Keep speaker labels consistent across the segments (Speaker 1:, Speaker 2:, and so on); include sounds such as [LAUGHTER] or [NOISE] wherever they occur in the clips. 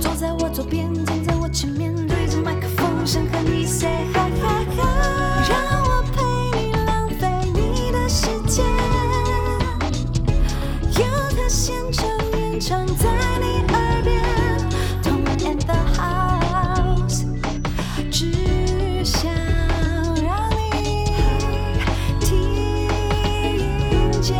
Speaker 1: 坐在我左边，站在我前面，对着麦克风，想和你 say hi hi hi，让我陪你浪费你的时间。有他现场演唱在你耳边，同安 and the house，只想让你听见。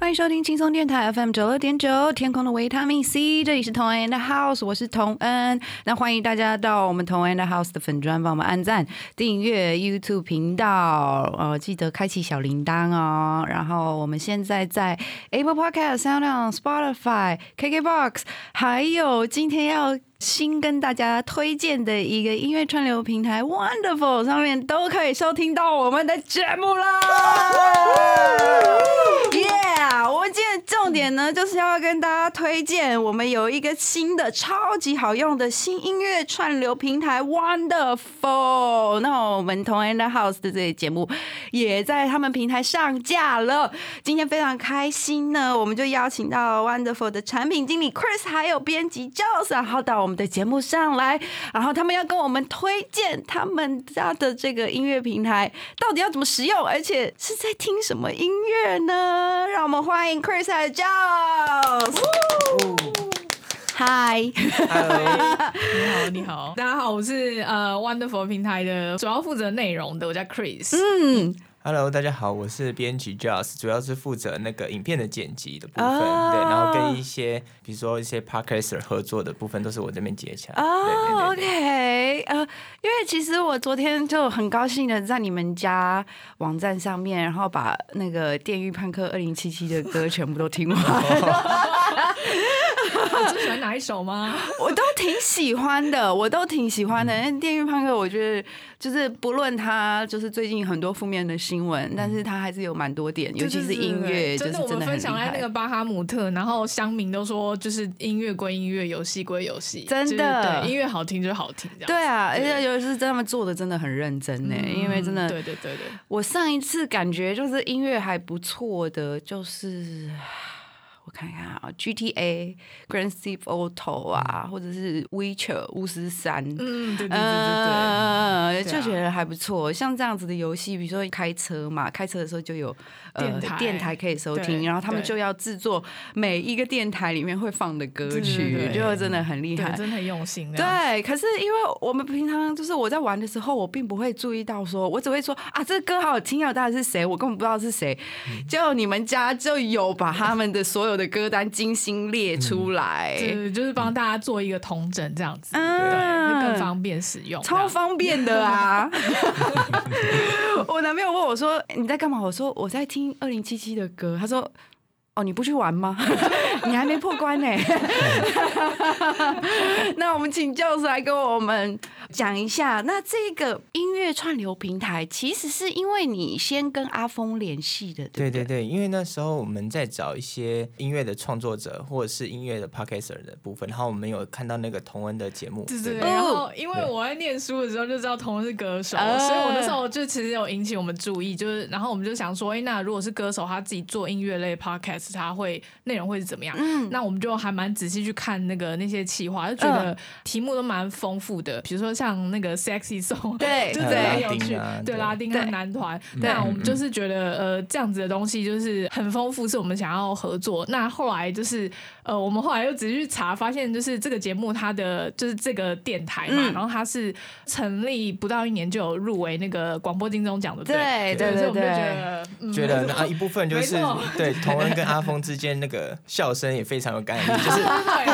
Speaker 2: 欢迎收听轻松电台 FM 九六点九，天空的维他命 C，这里是同恩的 House，我是童恩。那欢迎大家到我们同恩的 House 的粉砖帮我们按赞、订阅 YouTube 频道，呃，记得开启小铃铛哦。然后我们现在在 Apple Podcast、Sound On、Spotify、KKBox，还有今天要。新跟大家推荐的一个音乐串流平台 Wonderful 上面都可以收听到我们的节目啦。Yeah，我们今天的重点呢，就是要跟大家推荐我们有一个新的超级好用的新音乐串流平台 Wonderful。那我们同 a n d House 的这些节目也在他们平台上架了。今天非常开心呢，我们就邀请到 Wonderful 的产品经理 Chris 还有编辑 Jones，然后到我们的节目上来，然后他们要跟我们推荐他们家的这个音乐平台到底要怎么使用，而且是在听什么音乐呢？让我们欢迎 Chris 还有 Jones。嗨，
Speaker 3: 你好，你好，大家好，我是呃 Wonderful 平台的主要负责内容的，我叫 Chris。
Speaker 2: 嗯，
Speaker 4: [LAUGHS] Hello，大家好，我是编辑 Joss，主要是负责那个影片的剪辑的部分，
Speaker 2: 啊
Speaker 4: 对，然后跟一些比如说一些 podcaster 合作的部分都是我这边接洽。
Speaker 2: 哦、o
Speaker 4: 对对对
Speaker 2: k 呃，因为其实我昨天就很高兴的在你们家网站上面，然后把那个《电狱判客二零七七》的歌全部都听
Speaker 3: [LAUGHS]
Speaker 2: 完， [LAUGHS]
Speaker 3: 你最喜欢哪一首吗？ [LAUGHS]
Speaker 2: 我都挺喜欢的，我都挺喜欢的。因为《电狱判客》，我觉得就是不论它就是最近很多负面的新闻，但是它还是有蛮多点，尤其是音乐，就
Speaker 3: 对对对
Speaker 2: 是
Speaker 3: 我
Speaker 2: 真的很
Speaker 3: 们分
Speaker 2: 厉
Speaker 3: 享在那个
Speaker 2: 害。
Speaker 3: 巴哈姆特，然后乡民都说，就是音乐归音乐，游戏归游戏，
Speaker 2: 真
Speaker 3: 就是
Speaker 2: 的
Speaker 3: 对，音乐好听就好听，这样。
Speaker 2: 对啊，而
Speaker 3: 对
Speaker 2: 且尤其是他们做的真的很认真呢，
Speaker 3: 嗯，
Speaker 2: 因为真的
Speaker 3: 对对对对，
Speaker 2: 我上一次感觉就是音乐还不错的，就是我看看啊，GTA、Grand Theft Auto 啊，或者是 Witcher 巫师三。
Speaker 3: 嗯，对对对对
Speaker 2: 呃，
Speaker 3: 对
Speaker 2: 就
Speaker 3: 啊
Speaker 2: 觉得还不错。像这样子的游戏，比如说开车嘛，开车的时候就有呃
Speaker 3: 电台
Speaker 2: 电台可以收听，
Speaker 3: 对
Speaker 2: 然后他们
Speaker 3: 对
Speaker 2: 就要制作每一个电台里面会放的歌
Speaker 3: 对对
Speaker 2: 曲，
Speaker 3: 对
Speaker 2: 就真的很厉
Speaker 3: 对，
Speaker 2: 害
Speaker 3: 对，。真的很用心这样。
Speaker 2: 对，可是因为我们平常就是我在玩的时候，我并不会注意到说，我只会说啊，这歌好好听啊，到底是谁？我根本不知道是谁。
Speaker 3: 嗯
Speaker 2: 就你们家就有把他们的所有的歌单精心列
Speaker 3: 嗯
Speaker 2: 出来，
Speaker 3: 对，就是帮大家做一个通整这样子，
Speaker 2: 嗯
Speaker 3: 对，就更方便使用，
Speaker 2: 超方便的啊！ [LAUGHS] 我男朋友问我说你在干嘛？我说我在听二零七七的歌。他说。哦，你不去玩吗？ [LAUGHS] 你还没破关呢、 [LAUGHS] 那我们请教授来跟我们讲一下，那这个音乐串流平台其实是因为你先跟阿峰联系的，对
Speaker 4: 对
Speaker 2: 不对
Speaker 4: 对对，因为那时候我们在找一些音乐的创作者或者是音乐的 podcaster 的部分，然后我们有看到那个同文的节目，
Speaker 3: 对
Speaker 4: 对对
Speaker 3: 对，对，然
Speaker 2: 哦
Speaker 3: 后因为我在念书的时候就知道同是歌手，
Speaker 2: 啊
Speaker 3: 所以我那时候就其实有引起我们注意，就是然后我们就想说，哎、那如果是歌手他自己做音乐类 podcast，他会内容会是怎么样？
Speaker 2: 嗯
Speaker 3: 那我们就还蛮仔细去看那个那些企划，就觉
Speaker 2: 嗯
Speaker 3: 得题目都蛮丰富的，比如说像那个 sexy song，
Speaker 2: 对
Speaker 3: [LAUGHS] 就是
Speaker 2: 对
Speaker 3: 很有
Speaker 4: 拉
Speaker 3: 趣，
Speaker 4: 丁啊
Speaker 3: 对
Speaker 4: 对
Speaker 3: 拉丁和
Speaker 2: 对
Speaker 3: 男团。
Speaker 2: 对
Speaker 3: 那我们就是觉得呃这样子的东西就是很丰富，是我们想要合作。那后来就是呃我们后来又仔细去查，发现就是这个节目它的就是这个电台嘛，
Speaker 2: 嗯
Speaker 3: 然后它是成立不到一年就有入围那个广播金钟奖的，不
Speaker 2: 对对
Speaker 3: 所以我们就觉
Speaker 2: 对
Speaker 3: 得嗯
Speaker 4: 觉得啊一部分就
Speaker 3: 没
Speaker 4: 是
Speaker 3: 错
Speaker 4: 对同文跟阿峰之间那个笑声也非常有
Speaker 2: [LAUGHS]
Speaker 4: 感染力，就是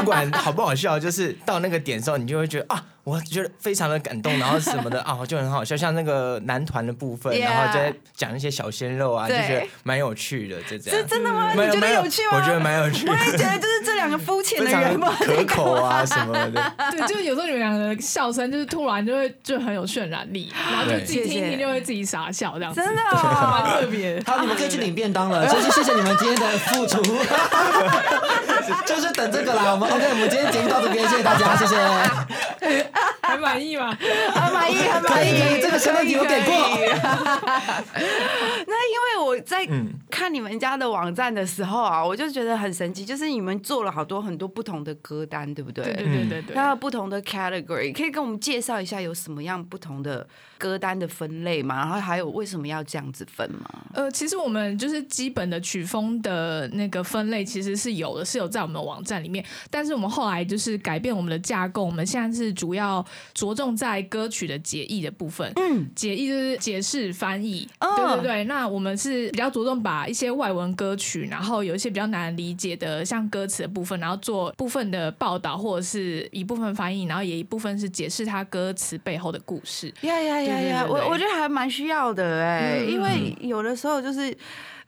Speaker 4: 不管好不好笑，就是到那个点的时候，你就会觉得啊，我觉得非常的感动，然后什
Speaker 2: [LAUGHS]
Speaker 4: 么的啊，就很好笑，像那个男团的部分，
Speaker 2: Yeah
Speaker 4: 然后在讲一些小鲜肉啊，就
Speaker 2: 对
Speaker 4: 觉得蛮有趣的，就这
Speaker 2: 这
Speaker 4: 样。
Speaker 2: 真的吗？
Speaker 4: 蛮
Speaker 2: 你觉得
Speaker 4: 蛮
Speaker 2: 有趣吗？
Speaker 4: 我觉得蛮有趣
Speaker 2: 我也
Speaker 4: 的，
Speaker 2: 觉得就是这两个肤浅
Speaker 4: 非
Speaker 2: 的
Speaker 4: 常
Speaker 2: 人 [LAUGHS] 嘛，
Speaker 4: 可口啊什么
Speaker 2: [LAUGHS]
Speaker 4: 的。
Speaker 3: [LAUGHS] 对，就是有时候你们两个笑
Speaker 2: [LAUGHS]
Speaker 3: 声就是突然就会就很有渲染力，然后就
Speaker 4: 对
Speaker 3: 自己听一
Speaker 2: 谢谢
Speaker 3: 听就会自己傻笑这样子，
Speaker 2: 真的
Speaker 3: 蛮
Speaker 2: [LAUGHS] 哦、
Speaker 3: 特别。
Speaker 5: 好，你们可以去领便当 [LAUGHS] 了，真是谢谢你们今天的付出， [LAUGHS] 就是等这个啦。我们 OK，我们今天节目到这边，谢谢大 [LAUGHS] 家，谢谢。
Speaker 3: 还满意吗？
Speaker 2: 很满意，很满
Speaker 5: 可以可
Speaker 2: 意，
Speaker 5: 以这个小问题我给
Speaker 2: 可
Speaker 5: 过
Speaker 2: 以。可以 [LAUGHS] 那因为我在
Speaker 5: 嗯
Speaker 2: 看你们家的网站的时候啊，我就觉得很神奇，就是你们做了好多很多不同的歌单，对不对？
Speaker 3: 对
Speaker 5: 嗯
Speaker 3: 对对对对。
Speaker 2: 它有不同的 category，可以跟我们介绍一下有什么样不同的歌单的分类吗？然后还有为什么要这样子分吗？
Speaker 3: 呃，其实我们就是基本的曲风的那个分类其实是有的，是有在我们的网站里面。但是我们后来就是改变我们的架构，我们现在是主要着重在歌曲的解译的部分。嗯，解译就是解释翻译。
Speaker 2: 哦
Speaker 3: 对对对。那我们是比较着重把一些外文歌曲，然后有一些比较难理解的，像歌词的部分，然后做部分的报道或者是一部分翻译，然后也一部分是解释它歌词背后的故事。
Speaker 2: 呀呀呀
Speaker 3: 对
Speaker 2: 呀！
Speaker 3: 对对
Speaker 2: 我
Speaker 3: 对
Speaker 2: 我觉得还蛮需要的哎、
Speaker 3: 嗯
Speaker 2: 因为有的时候就是。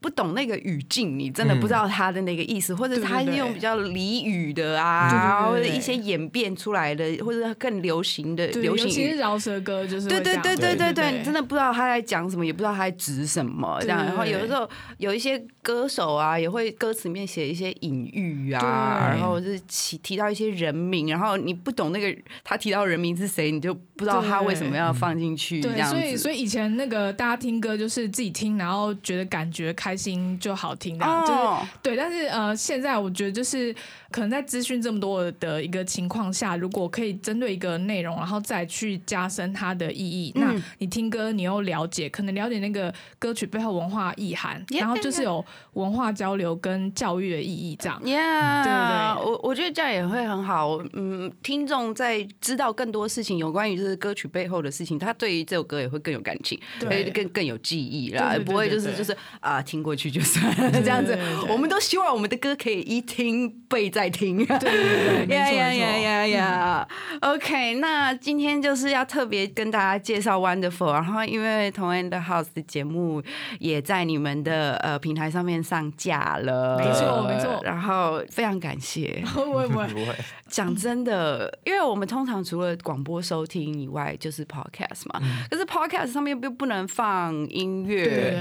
Speaker 2: 不懂那个语境，你真的不知道他的那个意思，或者他
Speaker 3: 嗯对对对
Speaker 2: 用比较俚语的啊，
Speaker 3: 对对对对
Speaker 2: 或者一些演变出来的，或者更流行的
Speaker 3: 对，
Speaker 2: 流
Speaker 3: 尤
Speaker 2: 行
Speaker 3: 其
Speaker 2: 语
Speaker 3: 是。饶舌歌，就是
Speaker 2: 对
Speaker 3: 会这
Speaker 2: 对
Speaker 3: 样
Speaker 2: 对对对对，你真
Speaker 3: 的
Speaker 2: 的不知道他在讲什么，也不知道他在指什么这样。
Speaker 3: 对对
Speaker 2: 然后有的时候有一些歌手啊，也会歌词里面写一些隐喻啊，
Speaker 3: 对
Speaker 2: 然后是提提到一些人名，然后你不懂那个他提到人名是谁，你就不知道他为什么要放进去这
Speaker 3: 对，
Speaker 2: 样
Speaker 3: 所以
Speaker 2: 子。
Speaker 3: 所以以前那个大家听歌就是自己听，然后觉得感觉开心就好听这样，啊
Speaker 2: 哦
Speaker 3: 就是对。但是呃，现在我觉得就是可能在资讯这么多的一个情况下，如果可以针对一个内容，然后再去加深它的意义，那
Speaker 2: 嗯
Speaker 3: 你听歌你又了解，可能了解那个歌曲背后文化意涵，
Speaker 2: Yeah
Speaker 3: 然后就是有文化交流跟教育的意义这样。嗯
Speaker 2: Yeah，
Speaker 3: 对不
Speaker 2: 我我觉得这样也会很好。嗯，听众在知道更多事情有关于就是歌曲背后的事情，他对于这首歌也会更有感情，
Speaker 3: 对
Speaker 2: 会更更有记忆啦，
Speaker 3: 对对对
Speaker 2: 不会就
Speaker 3: 对
Speaker 2: 是
Speaker 3: 对
Speaker 2: 就是啊听过去就算了这样子
Speaker 3: 对对。对
Speaker 2: 我们都希望我们的歌可以一听背再听。
Speaker 3: 对对对，没
Speaker 2: 呀
Speaker 3: 错
Speaker 2: 呀
Speaker 3: 没错
Speaker 2: 呀呀呀！OK，那今天就是要特别跟大家介绍 Wonderful，然后因为同 end house 的节目也在你们的呃平台上面上架了，
Speaker 3: 没错没错
Speaker 2: 然后非常感谢。
Speaker 3: 我也我也
Speaker 4: 不会，
Speaker 2: 讲真的，因为我们通常除了广播收听以外，就是 podcast 嘛，可是 podcast 上面又不能放音乐，
Speaker 3: 嗯对对 [LAUGHS] 对。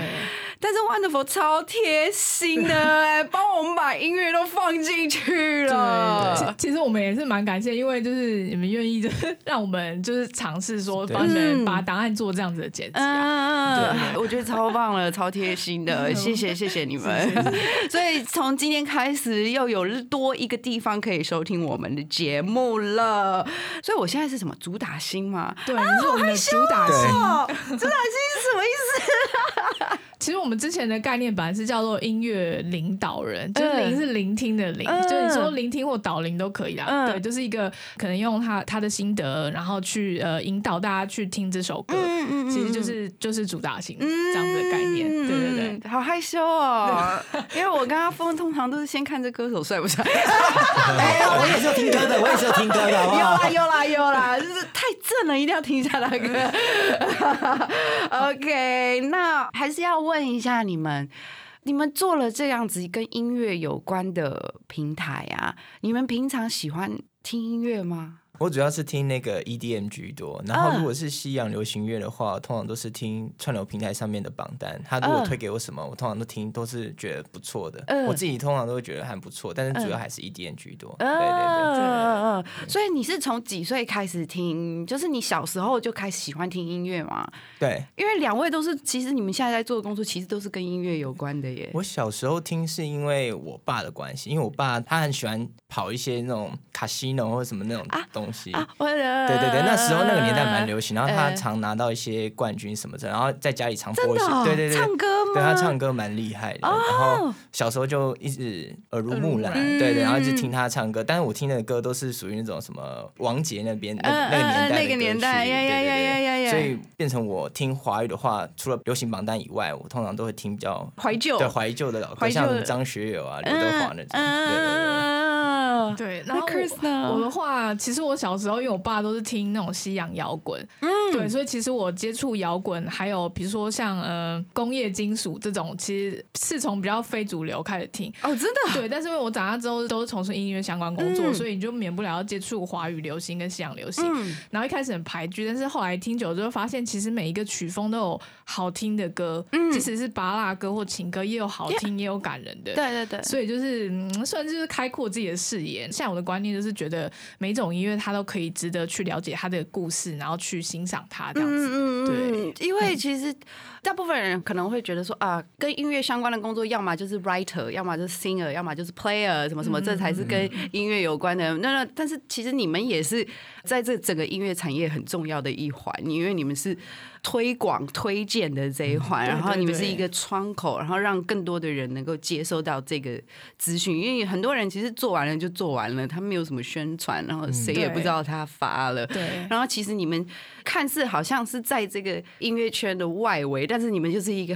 Speaker 2: 但是 Wonderful 超贴心的、
Speaker 3: [LAUGHS]
Speaker 2: 哎，帮我们把音乐都放进去了。
Speaker 3: 对，其其实我们也是蛮感谢，因为就是你们愿意，就是让我们就是尝试说帮你们把档案做这样子的剪辑啊。
Speaker 2: 嗯，我觉得超棒了，超贴心的，谢谢谢嗯谢你们。所以从今天开始又有多一个地方可以收听我们的节目了。所以我现在是什么主打星吗？
Speaker 3: 对，你是我们的主打
Speaker 4: 对
Speaker 3: 型。
Speaker 2: 哦，主打星是什么意 [LAUGHS] 思？
Speaker 3: 其实我们之前的概念本来是叫做音乐领导人，就是
Speaker 2: 嗯
Speaker 3: 聆是聆听的聆，
Speaker 2: 嗯
Speaker 3: 就是你说聆听或导聆都可以啦。
Speaker 2: 嗯
Speaker 3: 对，就是一个可能用他他的心得，然后去呃引导大家去听这首歌，
Speaker 2: 嗯
Speaker 3: 其实就是就是主打型这样子的概念。对对对。
Speaker 2: 嗯对，好害羞 [LAUGHS] 哦，因为我跟阿峰通常都是先看这歌手帅不 [LAUGHS] 帅。
Speaker 5: 哎呀，我也是有听歌的，我也是有听歌的，
Speaker 4: [LAUGHS]
Speaker 5: 好不 [LAUGHS]
Speaker 2: 有
Speaker 5: 好？哎
Speaker 2: 啦有啦有啦，就是太正了，一定要听一下那歌。OK，那还是要问一下你们。你们做了这样子跟音乐有关的平台啊，你们平常喜欢听音乐吗？
Speaker 4: 我主要是听那个 EDM 居多，然后
Speaker 2: 嗯
Speaker 4: 如果是西洋流行乐的话，通常都是听串流平台上面的榜单。他如果
Speaker 2: 嗯
Speaker 4: 推给我什么，我通常都听，都是觉得不错的。
Speaker 2: 嗯啊
Speaker 4: 我自己通常都会觉得还不错，但是主要还是 EDM 居多。啊对对对。
Speaker 2: 嗯嗯嗯，所以你是从几岁开始听？就是你小时候就开始喜欢听音乐吗？
Speaker 4: 对
Speaker 2: 因为两位都是，其实你们现在在做的工作，其实都是跟音乐有关的耶。
Speaker 4: 我小时候听是因为我爸的关系，因为我爸他很喜欢跑一些那种 casino 或者什么那种东西。
Speaker 2: 啊，我对
Speaker 4: 对对
Speaker 2: 对
Speaker 4: 对，那时候那个年代蛮流行，然后他
Speaker 2: 呃
Speaker 4: 常拿到一行一些冠军什么的，然后在家里常
Speaker 2: 真
Speaker 4: 播一
Speaker 2: 的
Speaker 4: 些
Speaker 2: 哦、，
Speaker 4: 对对对，
Speaker 2: 唱歌吗？哦
Speaker 4: 对他唱歌蛮厉害的，然后小时候就一直耳濡目染，对对，然后一直听他唱歌。但是我听的歌都是属于那种什么王杰那边那
Speaker 2: 嗯嗯
Speaker 4: 那个年代的歌
Speaker 2: 那
Speaker 4: 曲
Speaker 2: 个年代呀
Speaker 4: 对
Speaker 2: 呀
Speaker 4: 对
Speaker 2: 呀呀呀
Speaker 4: 对
Speaker 2: 呀
Speaker 4: 对所以变成我听华语的话，除了流行榜单以外，我通常都会听比较
Speaker 2: 怀旧，
Speaker 4: 对怀旧的老
Speaker 2: 怀
Speaker 4: 歌，
Speaker 2: 旧的
Speaker 4: 像张学友啊、刘德华那种。对对对对
Speaker 2: 嗯的，
Speaker 3: 对，然后
Speaker 2: Chris 呢
Speaker 3: 我我的话，其实我小时候因为我爸都是听那种西洋摇滚，嗯，对，所以其实我接触摇滚，还有比如说像呃工业金属这种，其实是从比较非主流开始听。
Speaker 2: 哦，真的，
Speaker 3: 对，但是因为我长大之后都是从事音乐相关工作，
Speaker 2: 嗯
Speaker 3: 所以你就免不了要接触华语流行跟西洋流行。
Speaker 2: 嗯，
Speaker 3: 然后一开始很排拒，但是后来听久了之后，发现其实每一个曲风都有好听的歌，
Speaker 2: 嗯
Speaker 3: 即使是拔辣歌或情歌，也有好听，也有感人的。
Speaker 2: 对对对，
Speaker 3: 所以就是，嗯，算是就是开阔自己的视野。现在我的观念就是觉得每一种音乐它都可以值得去了解它的故事，然后去欣赏它这样子。
Speaker 2: 嗯
Speaker 3: 对
Speaker 2: 嗯，因为其实大部分人可能会觉得说啊，跟音乐相关的工作，要么就是 writer，要么就是 singer，要么就是 player，什么什么，这才是
Speaker 3: 嗯
Speaker 2: 跟音乐有关的。那那，但是其实你们也是在这整个音乐产业很重要的一环，因为你们是推广推荐的这一环，
Speaker 3: 对
Speaker 2: 然后
Speaker 3: 嗯对
Speaker 2: 你们是
Speaker 3: 对
Speaker 2: 一个窗口，然后让更多的人能够接收到这个资讯。因为很多人其实做完了就做完了，他没有什么宣传，然后
Speaker 3: 嗯
Speaker 2: 谁也不知道他发了。
Speaker 3: 对
Speaker 2: 然后其实你们看似好像是在这个音乐圈的外围，但是你们就是一个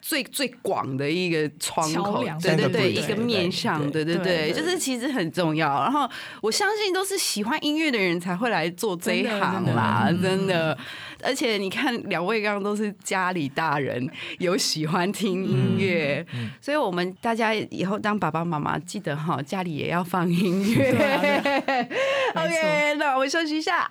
Speaker 2: 最最广的一个窗
Speaker 3: 桥
Speaker 2: 口，
Speaker 3: 梁
Speaker 2: 对对
Speaker 4: 三个
Speaker 2: 对，
Speaker 4: 不一
Speaker 2: 一
Speaker 4: 样
Speaker 2: 个面向，对
Speaker 4: 对
Speaker 2: 对对，
Speaker 3: 对对
Speaker 2: 就是其实很重要。然后我相信都是喜欢音乐的人才会来做这一
Speaker 3: 真的嗯
Speaker 2: 行啦，真的。而且你看，两位刚刚都是家里大人，有喜欢听
Speaker 3: 嗯
Speaker 2: 音乐，所以我们大家以后当爸爸妈妈，记得哈，家里也要放音乐。
Speaker 3: 对啊对
Speaker 2: OK，那我们休息一下。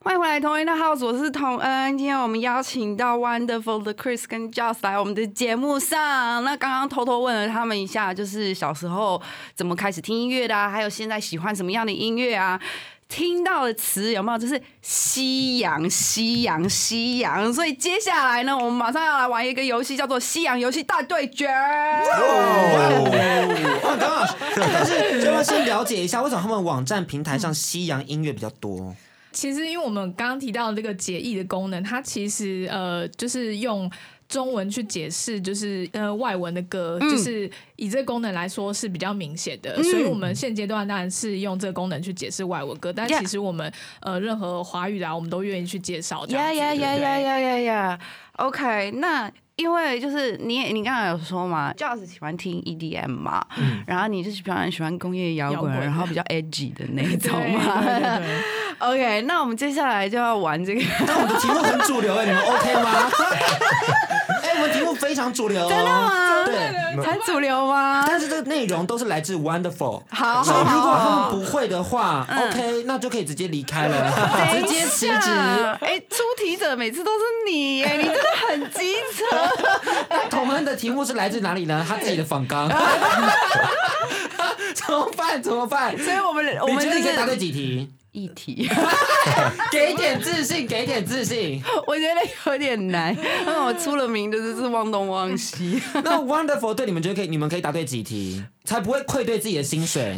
Speaker 2: 欢迎回来，同一的 house，我是童恩。今天我们邀请到 Wonderful 的 Chris 跟 Joss 来我们的节目上。那刚刚偷偷问了他们一下，就是小时候怎么开始听音乐的、啊，还有现在喜欢什么样的音乐啊？听到的词有没有？就是西洋，西洋，西洋。所以接下来呢，我们马上要来玩一个游戏，叫做西洋游戏大对决。
Speaker 5: [LAUGHS] 哦，刚好，但是就要先了解一下，为什么他们网站平台上西洋音乐比较多？
Speaker 3: 其实因为我们刚刚提到的这个解译的功能，它其实呃就是用。中文去解释就是呃外文的歌，
Speaker 2: 嗯
Speaker 3: 就是以这个功能来说是比较明显的，所以我们现阶段当然是用这个功能去解释外文歌，但
Speaker 2: Yeah
Speaker 3: 其实我们呃任何华语的、啊、我们都愿意去介绍这样
Speaker 2: 呀
Speaker 3: 子。
Speaker 2: 呀呀
Speaker 3: 对
Speaker 2: 呀呀呀呀！OK，那因为就是你也你刚才有说嘛，Jazz 喜欢听 EDM 嘛，然后你就是比较喜欢工业摇
Speaker 3: 嗯摇
Speaker 2: 滚，
Speaker 3: 滚
Speaker 2: 然后比较 edgy 的
Speaker 3: [LAUGHS]
Speaker 2: 那一
Speaker 3: 对
Speaker 2: 种
Speaker 3: 对对
Speaker 2: 嘛。
Speaker 3: 对
Speaker 2: [LAUGHS] OK，那我们接下来就要玩这个，
Speaker 5: 但我们的题目很主流哎，你们 OK [LAUGHS] 吗？哎，我们题目非常主流，真的
Speaker 2: 吗
Speaker 5: 对。
Speaker 2: [LAUGHS] 很主流吗？
Speaker 5: 但是这个内容都是来自 Wonderful，
Speaker 2: 好
Speaker 5: 所以
Speaker 2: 好
Speaker 5: 如果他
Speaker 2: 好
Speaker 5: 们不会的话，OK，那就可以直接离开 [LAUGHS] 了，直接辞
Speaker 2: 等一
Speaker 5: 职。
Speaker 2: 下哎，出题者每次都是你，哎，你真的很机车。
Speaker 5: 哎同恩的题目是来自哪里呢？他自己的仿纲。 [LAUGHS] 怎么办？怎么办？
Speaker 2: 所以我们我
Speaker 5: 你
Speaker 2: 们就
Speaker 5: 觉得你可以答对
Speaker 2: 是
Speaker 5: 几题？
Speaker 2: 一题， [LAUGHS]
Speaker 5: 给一点自信，给一点自信。
Speaker 2: 我觉得有点难，因为我出了名的就是忘东忘西。
Speaker 5: [LAUGHS]
Speaker 2: [LAUGHS]
Speaker 5: 那 Wonderful 对你们觉得可以，你们可以答对几题，才不会愧对自己的薪 [LAUGHS] 水？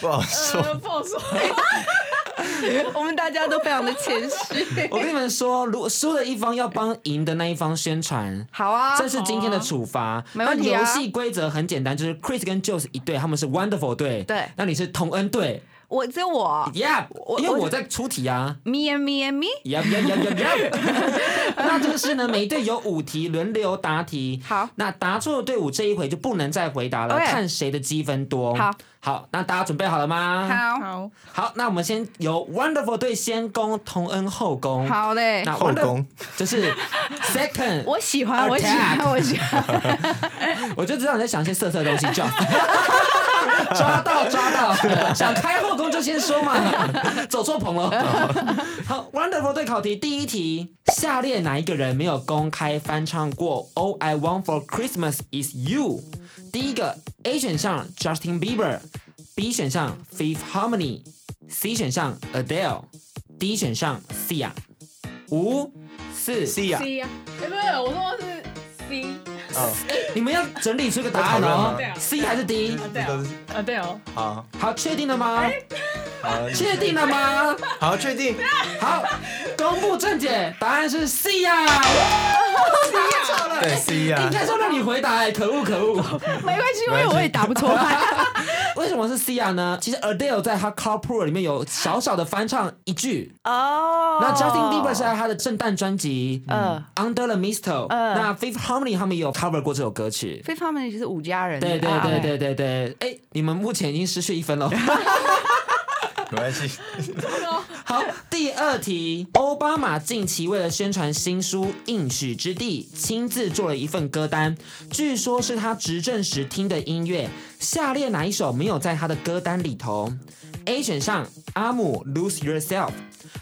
Speaker 4: 不好
Speaker 2: 嗯
Speaker 4: 说。
Speaker 3: 呃不好说。
Speaker 2: 我们大家都非常的谦虚。
Speaker 5: 我跟你们说，如果输的一方要帮赢的那一方宣传。
Speaker 2: 好啊，
Speaker 5: 这是今天的处罚。
Speaker 2: 没问题
Speaker 5: 那
Speaker 2: 啊
Speaker 5: 游戏规则很简单，就是 Chris 跟 Jules 一队，他们是 Wonderful 队。
Speaker 2: 对
Speaker 5: 那你是同恩队。
Speaker 2: 我只有我
Speaker 5: Yeah，
Speaker 2: 我
Speaker 5: 因为
Speaker 2: 我
Speaker 5: 我在出题啊。
Speaker 2: ，me and me and me。
Speaker 5: 呀呀呀呀呀！ [LAUGHS] 那就是呢，每队有五题轮流答题。
Speaker 2: 好
Speaker 5: 那答错的队伍这一回就不能再回答了
Speaker 2: OK
Speaker 5: 看谁的积分多。
Speaker 2: 好，
Speaker 5: 好，那大家准备好了吗？
Speaker 2: 好
Speaker 3: 好，
Speaker 5: 好，那我们先由 Wonderful 队先攻，同恩后攻。，
Speaker 2: 好嘞，
Speaker 5: 那
Speaker 4: 后
Speaker 5: Wonder-
Speaker 2: [LAUGHS]
Speaker 4: 攻
Speaker 5: 就是 Second，
Speaker 2: 我喜欢，我喜欢，
Speaker 5: Attack
Speaker 2: 我喜 [LAUGHS] 欢。
Speaker 5: 我就知道你在想一些色色的东西，John。抓到抓到，想开后宫就先说嘛，走错棚了。好，Wonderful 对考题第一题，下列哪一个人没有公开翻唱过《All I Want for Christmas Is You》？第一个 A 选项 Justin Bieber，B 选项 Fifth Harmony，C 选项 Adele，D 选项 Sia。五四，
Speaker 4: C
Speaker 2: 啊
Speaker 4: 呀，
Speaker 3: C 呀、哎不是，我说是 C，
Speaker 4: 哦，
Speaker 5: 你们要整理出一个答
Speaker 4: 要讨
Speaker 5: 案哦
Speaker 4: 论
Speaker 3: 吗。
Speaker 5: C 还是 D？
Speaker 4: 啊这都是
Speaker 3: 呃对哦，
Speaker 2: 啊
Speaker 4: 好
Speaker 5: 好，确定了吗？
Speaker 2: 哎
Speaker 4: 好
Speaker 5: 确定了吗？
Speaker 4: 好
Speaker 2: [LAUGHS]
Speaker 4: 确定。
Speaker 5: 好，公布正解，答案是 C 呀、
Speaker 2: 哦
Speaker 5: 错了，
Speaker 4: 对 C 呀
Speaker 5: 应该说让你回答哎、可恶可恶。
Speaker 2: 没关系，因为我也打不出来。
Speaker 5: 为什么是 Sia 呢？其实 Adele 在她 Carpool 里面有小小的翻唱一句，
Speaker 2: 哦，
Speaker 5: 那 Justin Bieber 是在他的圣诞专辑
Speaker 2: 嗯
Speaker 5: 《Under the Mistletoe》，
Speaker 2: 嗯
Speaker 5: 那 Fifth Harmony 他们也有 cover 过这首歌曲。
Speaker 2: 非他们就是五家人，
Speaker 5: 对对
Speaker 2: 啊
Speaker 5: 对对对对，哎，你们目前已经失去一分了。
Speaker 4: 没关系。
Speaker 5: 好，第二题，奥巴马近期为了宣传新书《应许之地》，亲自做了一份歌单，据说是他执政时听的音乐。下列哪一首没有在他的歌单里头？A 选项阿姆《Lose Yourself》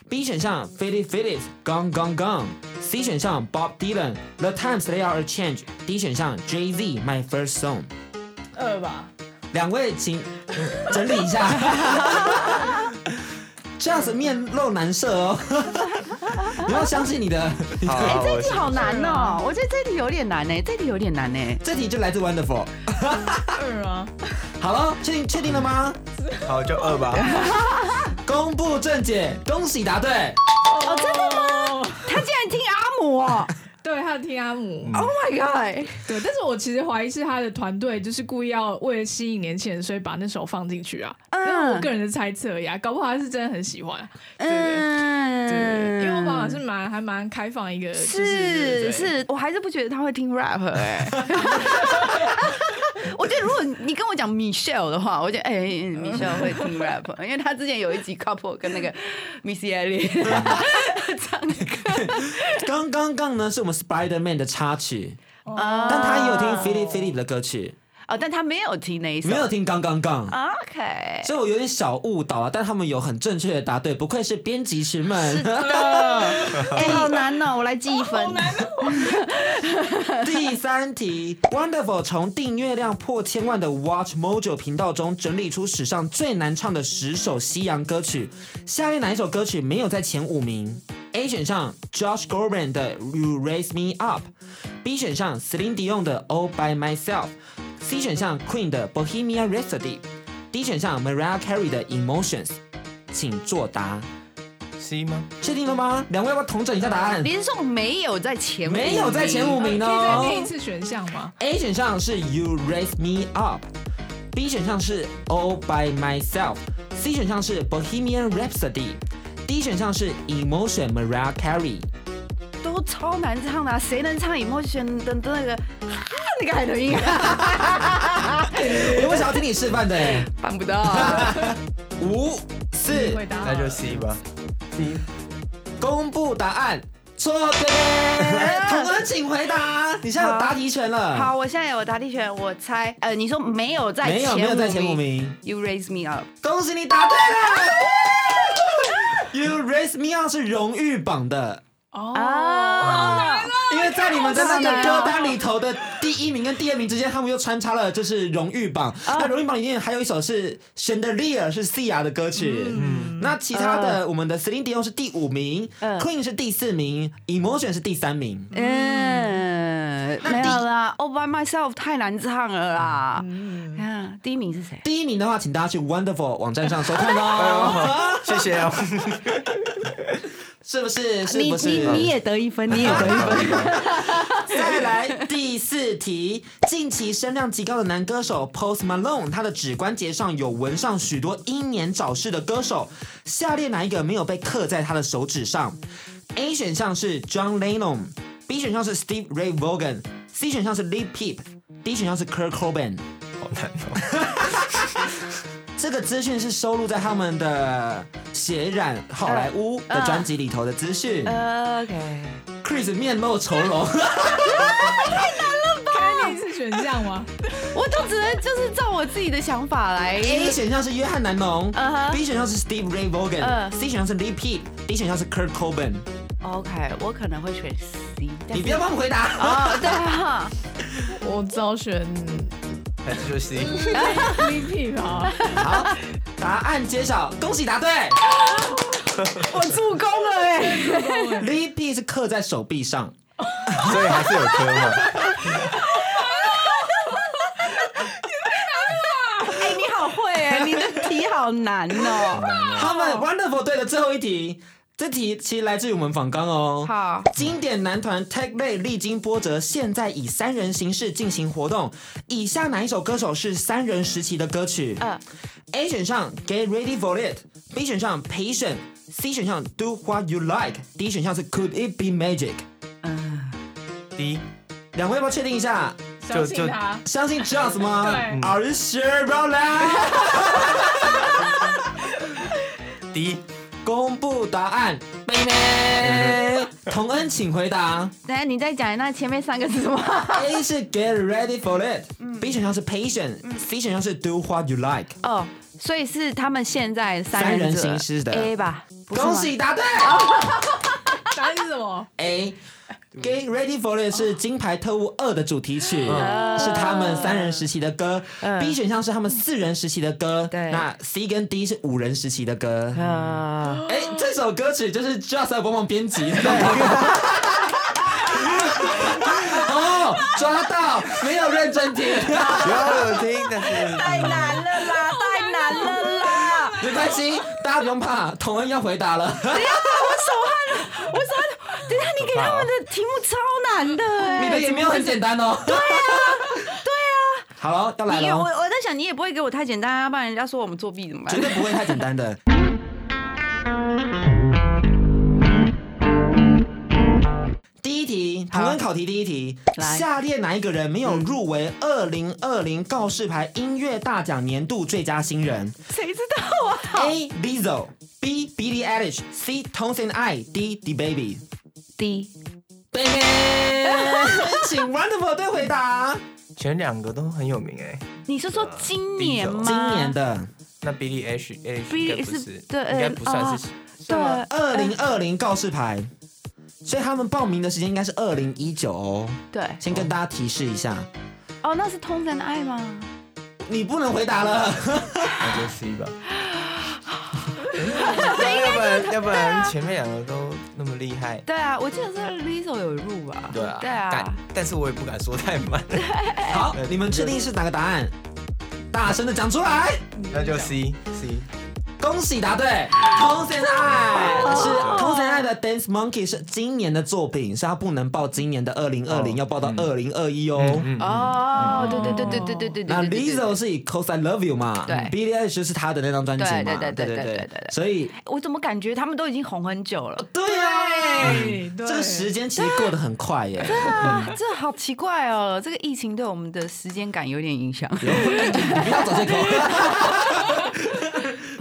Speaker 5: ，B 选项 Philip Phillips《Gone Gone Gone》，C 选项 Bob Dylan《The Times They Are a Change》，D 选项 Jay Z《My First Song》。
Speaker 3: 二吧，
Speaker 5: 两位请嗯整理一下。 [LAUGHS] 这样子面露难色哦， [LAUGHS] 你要相信你的。
Speaker 4: 好，好
Speaker 2: 这题哎好难哦，我觉得这题有点难呢，这题有点难呢。
Speaker 5: 这题就来自 Wonderful。
Speaker 3: 二啊，
Speaker 5: [LAUGHS] 好了，确定确定了吗？
Speaker 4: 我好就二吧。
Speaker 5: 公布正解，恭喜答对。
Speaker 3: 哦，真的吗？
Speaker 2: 他竟然听阿姆哦
Speaker 3: 对，他有听阿姆，
Speaker 2: ，Oh my god！
Speaker 3: 对，但是我其实怀疑是他的团队就是故意要为了吸引年轻人，所以把那首放进去啊。
Speaker 2: 嗯
Speaker 3: 但我个人的猜测呀，搞不好他是真的很喜欢。啊对对对对，
Speaker 2: 嗯，
Speaker 3: 因为我爸爸是蛮还蛮开放一个，就
Speaker 2: 是，
Speaker 3: 是
Speaker 2: 是，我还是不觉得他会听 rap [LAUGHS] 哎、我觉得如果你跟我讲 Michelle 的话，我觉得哎、m i c h e l l e 会听 rap，因为他之前有一集 couple 跟那个 Missy Elliott
Speaker 5: [LAUGHS]
Speaker 2: 唱歌，
Speaker 5: 刚刚刚呢是我们 Spider Man 的插曲，
Speaker 3: 哦
Speaker 2: 啊
Speaker 5: 但他也有听 Philip Philip 的歌曲，
Speaker 2: 哦，但他没有听那一首，
Speaker 5: 没有听刚刚刚，
Speaker 3: 啊
Speaker 5: [LAUGHS]
Speaker 2: OK，
Speaker 5: 所以我有点小误导啊。但他们有很正确的答对，不愧是编辑师们。
Speaker 2: 哎、好难哦，我来记一分，
Speaker 5: 第三题，Wonderful 从订阅量破千万的 Watch Mojo 频道中整理出史上最难唱的十首西洋歌曲，下列哪一首歌曲没有在前五名？A 选项 Josh Groban 的 You Raise Me Up，B 选项 Celine Dion 的 All By Myself，C 选项 Queen 的 Bohemian Rhapsody，D 选项 Mariah Carey 的 Emotions，请作答。
Speaker 4: C 吗？
Speaker 5: 确定了吗？两位要不要统整一下答案
Speaker 2: 连宋没有在前五名，
Speaker 5: 没有在前五名
Speaker 3: 可以
Speaker 5: 哦
Speaker 3: 再念一次选项吗？
Speaker 5: A 选项是 You Raise Me Up，B 选项是 All By Myself，C 选项是 Bohemian Rhapsody，D 选项是 Emotion Mariah Carey。
Speaker 2: 都超难唱的啊、谁能唱 emotion 的那个啊那个海豚音啊？
Speaker 5: 哎我想要听你示范的哎，
Speaker 2: [LAUGHS] 办不到、啊，
Speaker 5: 五四，
Speaker 3: 回答好
Speaker 4: 那
Speaker 3: 了
Speaker 4: 就 C 吧。
Speaker 5: 公布答案，错对，同哥请回答，你现在有答题权了。
Speaker 2: 好，，我现在有答题权，我猜，呃，你说没有在
Speaker 5: 嗯没有没有在前
Speaker 2: 五
Speaker 5: 五名，
Speaker 2: ，You raise me up，
Speaker 5: 恭喜你答对了。You Raise Me Up 是荣誉榜的。
Speaker 2: 哦
Speaker 5: 嗯
Speaker 2: 啊，
Speaker 5: 因为在你们的那个歌单里头的第一名跟第二名之间，他们又穿插了就是荣誉榜。
Speaker 2: 哦
Speaker 5: 那荣誉榜里面还有一首是《Chandelier》，是 Sia 的歌曲。嗯，那其他的我们的 Celine Dion 是第五名
Speaker 2: 嗯
Speaker 5: ，Queen 是第四名，Emotion 是第三名。
Speaker 2: 嗯，没有啦，All by myself 太难唱了啦。嗯，第一名是谁？
Speaker 5: 第一名的话，请大家去 Wonderful 网站上收看
Speaker 2: [LAUGHS]
Speaker 5: 哦，
Speaker 4: [LAUGHS] 谢谢哦。
Speaker 5: 是不是？是
Speaker 2: 你
Speaker 5: 不
Speaker 2: 你你
Speaker 5: 是？
Speaker 2: 也得一
Speaker 5: [LAUGHS]
Speaker 2: 分，你也得一分。
Speaker 5: 再来第四题，近期声量极高的男歌手 Post Malone，他的指关节上有纹上许多英年早逝的歌手，下列哪一个没有被刻在他的手指上？A 选项是 John Lennon，B 选项是 Steve Ray Vaughan，C 选项是 Lee Peep，D 选项是 Kurt Cobain。
Speaker 4: 好难哦。
Speaker 5: 这个资讯是收录在他们的《血染好莱坞》的专辑里头的资讯。
Speaker 2: 呃 OK，
Speaker 5: Chris 面露愁容。
Speaker 3: 可以念一次选项吗？
Speaker 2: 我都只能就是照我自己的想法来。
Speaker 5: A 选哎项是约翰·南农、
Speaker 2: 嗯哼
Speaker 5: b 选项是 Steve Ray Vaughan，、
Speaker 2: 嗯
Speaker 5: C 选项是 Lee Peep，D 选项是 Kurt Cobain。
Speaker 2: OK，我可能会选 C。
Speaker 5: 你不要帮我回答，
Speaker 2: 哦，对啊，
Speaker 3: [LAUGHS] 我只 [LAUGHS] 选
Speaker 4: 还是就 C。
Speaker 3: V P 吧。
Speaker 5: 好， [LAUGHS] 答案揭晓，恭喜答对。
Speaker 2: 哦我助攻了哎、
Speaker 5: Lee Peep 是刻在手臂上，
Speaker 4: 所以还是有科啊嘛。
Speaker 2: 哎、你好会哎、你的题好难哦、
Speaker 5: [LAUGHS] 他们 Wonderful 队的最后一题。这题其实来自于我们访纲哦。
Speaker 2: 好，
Speaker 5: 经典男团 Tag Day 历经波折，现在以三人形式进行活动。以下哪一首歌手是三人时期的歌曲？
Speaker 2: 嗯
Speaker 5: A 选项 Get Ready for It，B 选项 Patient，C 选项 Do What You Like，D 选项是 Could It Be Magic。
Speaker 4: 第一，
Speaker 5: 两位要不要确定一下？
Speaker 3: 相
Speaker 4: 就
Speaker 3: 信他。
Speaker 5: 相信 Just 吗？
Speaker 3: 对
Speaker 5: ，Are you sure about that？
Speaker 4: 第一，
Speaker 5: 公布答案，妹妹。童恩，请回答。
Speaker 2: 等下你再讲那前面三个是什么？
Speaker 5: A 是 Get Ready for
Speaker 2: 嗯
Speaker 5: It，B 选项是 Patient，C 选项是 Do What You Like。
Speaker 2: 哦，所以是他们现在三人组
Speaker 5: 三人行尸的
Speaker 2: A 吧？不啊是吗
Speaker 5: 恭喜答对
Speaker 3: 答案是什
Speaker 5: [LAUGHS]
Speaker 3: 么？
Speaker 5: ！A Get Ready for It 是《金牌特务二》的主题曲，
Speaker 2: 哦
Speaker 5: 是他们三人时期的歌。B 选项是他们四人时期的歌，
Speaker 2: 嗯对
Speaker 5: 那 C 跟 D 是五人时期的歌。
Speaker 2: 呃，
Speaker 5: 哎，这首歌曲就是 Just 在帮忙
Speaker 2: [LAUGHS]
Speaker 5: 编辑的。哦，抓到，没有认真听，
Speaker 4: 有听，但是
Speaker 2: 太难了啦，太难了啦！
Speaker 5: 没关系，大家不用怕，童恩要回答了。
Speaker 2: 我手汗了，我手汗了。等一下你给他们的题目超难的哎、
Speaker 5: 你的也没有很简单哦。对啊，对啊。好了，要来
Speaker 2: 你
Speaker 5: 了
Speaker 2: 我
Speaker 5: 哦，
Speaker 2: 我在想，你也不会给我太简单啊，不然人家说我们作弊怎么办
Speaker 5: 绝？对不会太简单的。第一题，同恩考题第一题，
Speaker 2: 来
Speaker 5: 下列哪一个人没有入围二零二零告示牌音乐大奖年度最佳新人
Speaker 2: 谁知道 [LAUGHS] 啊？
Speaker 5: ？A. Lizzo，B. Billie Eilish，C. Tones and I，D. D. Baby。
Speaker 2: D
Speaker 5: 贝贝， [LAUGHS] 请 Wonderful 对回答。
Speaker 4: 前两个都很有名哎。
Speaker 2: 你是说今年吗？
Speaker 5: 呃哦今年的
Speaker 4: 那 Billy H H
Speaker 2: Billie
Speaker 4: 应该不
Speaker 2: 是
Speaker 4: 是，呃哦
Speaker 2: 对
Speaker 4: 应该不算是。
Speaker 2: 对，
Speaker 5: 呃二零二零告示牌，所以他们报名的时间应该是二零一九哦。
Speaker 2: 对，
Speaker 5: 先跟大家提示一下，
Speaker 2: 哦，那是通神爱吗？
Speaker 5: 你不能回答了。
Speaker 4: 那就 C [LAUGHS] 吧。要不然要不然前面两个都那么厉害，
Speaker 2: 对啊，我记得是 Lizzo 有入吧？
Speaker 4: 对啊，
Speaker 2: 对
Speaker 4: 但
Speaker 2: 啊，
Speaker 4: 但是我也不敢说太 [LAUGHS] 满，
Speaker 5: 好，你们确定是哪个答案？大声的讲出来！
Speaker 4: 那就 C C。
Speaker 5: 恭喜答对，《同神爱》
Speaker 2: 哦
Speaker 5: 是《同神爱》的《Dance Monkey》是今年的作品，是他不能报今年的二零二零，
Speaker 4: 哦
Speaker 5: 要报到二零二一哦。
Speaker 2: 哦，对对对对对对对对
Speaker 5: 嗯那
Speaker 2: 对对。
Speaker 5: Lizzo 是以 Cause I Love You 嘛，
Speaker 2: 对
Speaker 5: b l i e Eilish 是她的那张专辑嘛，
Speaker 2: 对对对对
Speaker 5: 对
Speaker 2: 对对对
Speaker 5: 对
Speaker 2: 对，
Speaker 5: 所以
Speaker 2: 我怎么感觉他们都已经红很久了？
Speaker 5: 对呀，
Speaker 3: 哎对
Speaker 5: 这个时间其实过得很快耶，
Speaker 2: 啊，这好奇怪哦！这个疫情对我们的时间感有点影响。
Speaker 5: 哎你不要找借口。 [LAUGHS]